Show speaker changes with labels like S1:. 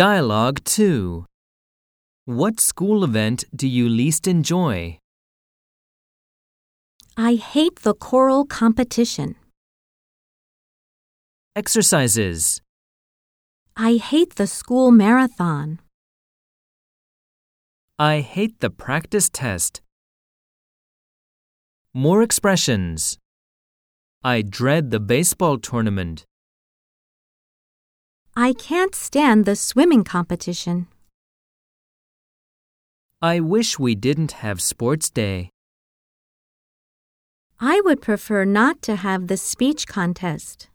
S1: Dialogue 2 What school event do you least enjoy?
S2: I hate the choral competition.
S1: Exercises.
S2: I hate the school marathon.
S1: I hate the practice test. More expressions. I dread the baseball tournament.
S2: I can't stand the swimming competition.
S1: I wish we didn't have sports day.
S2: I would prefer not to have the speech contest.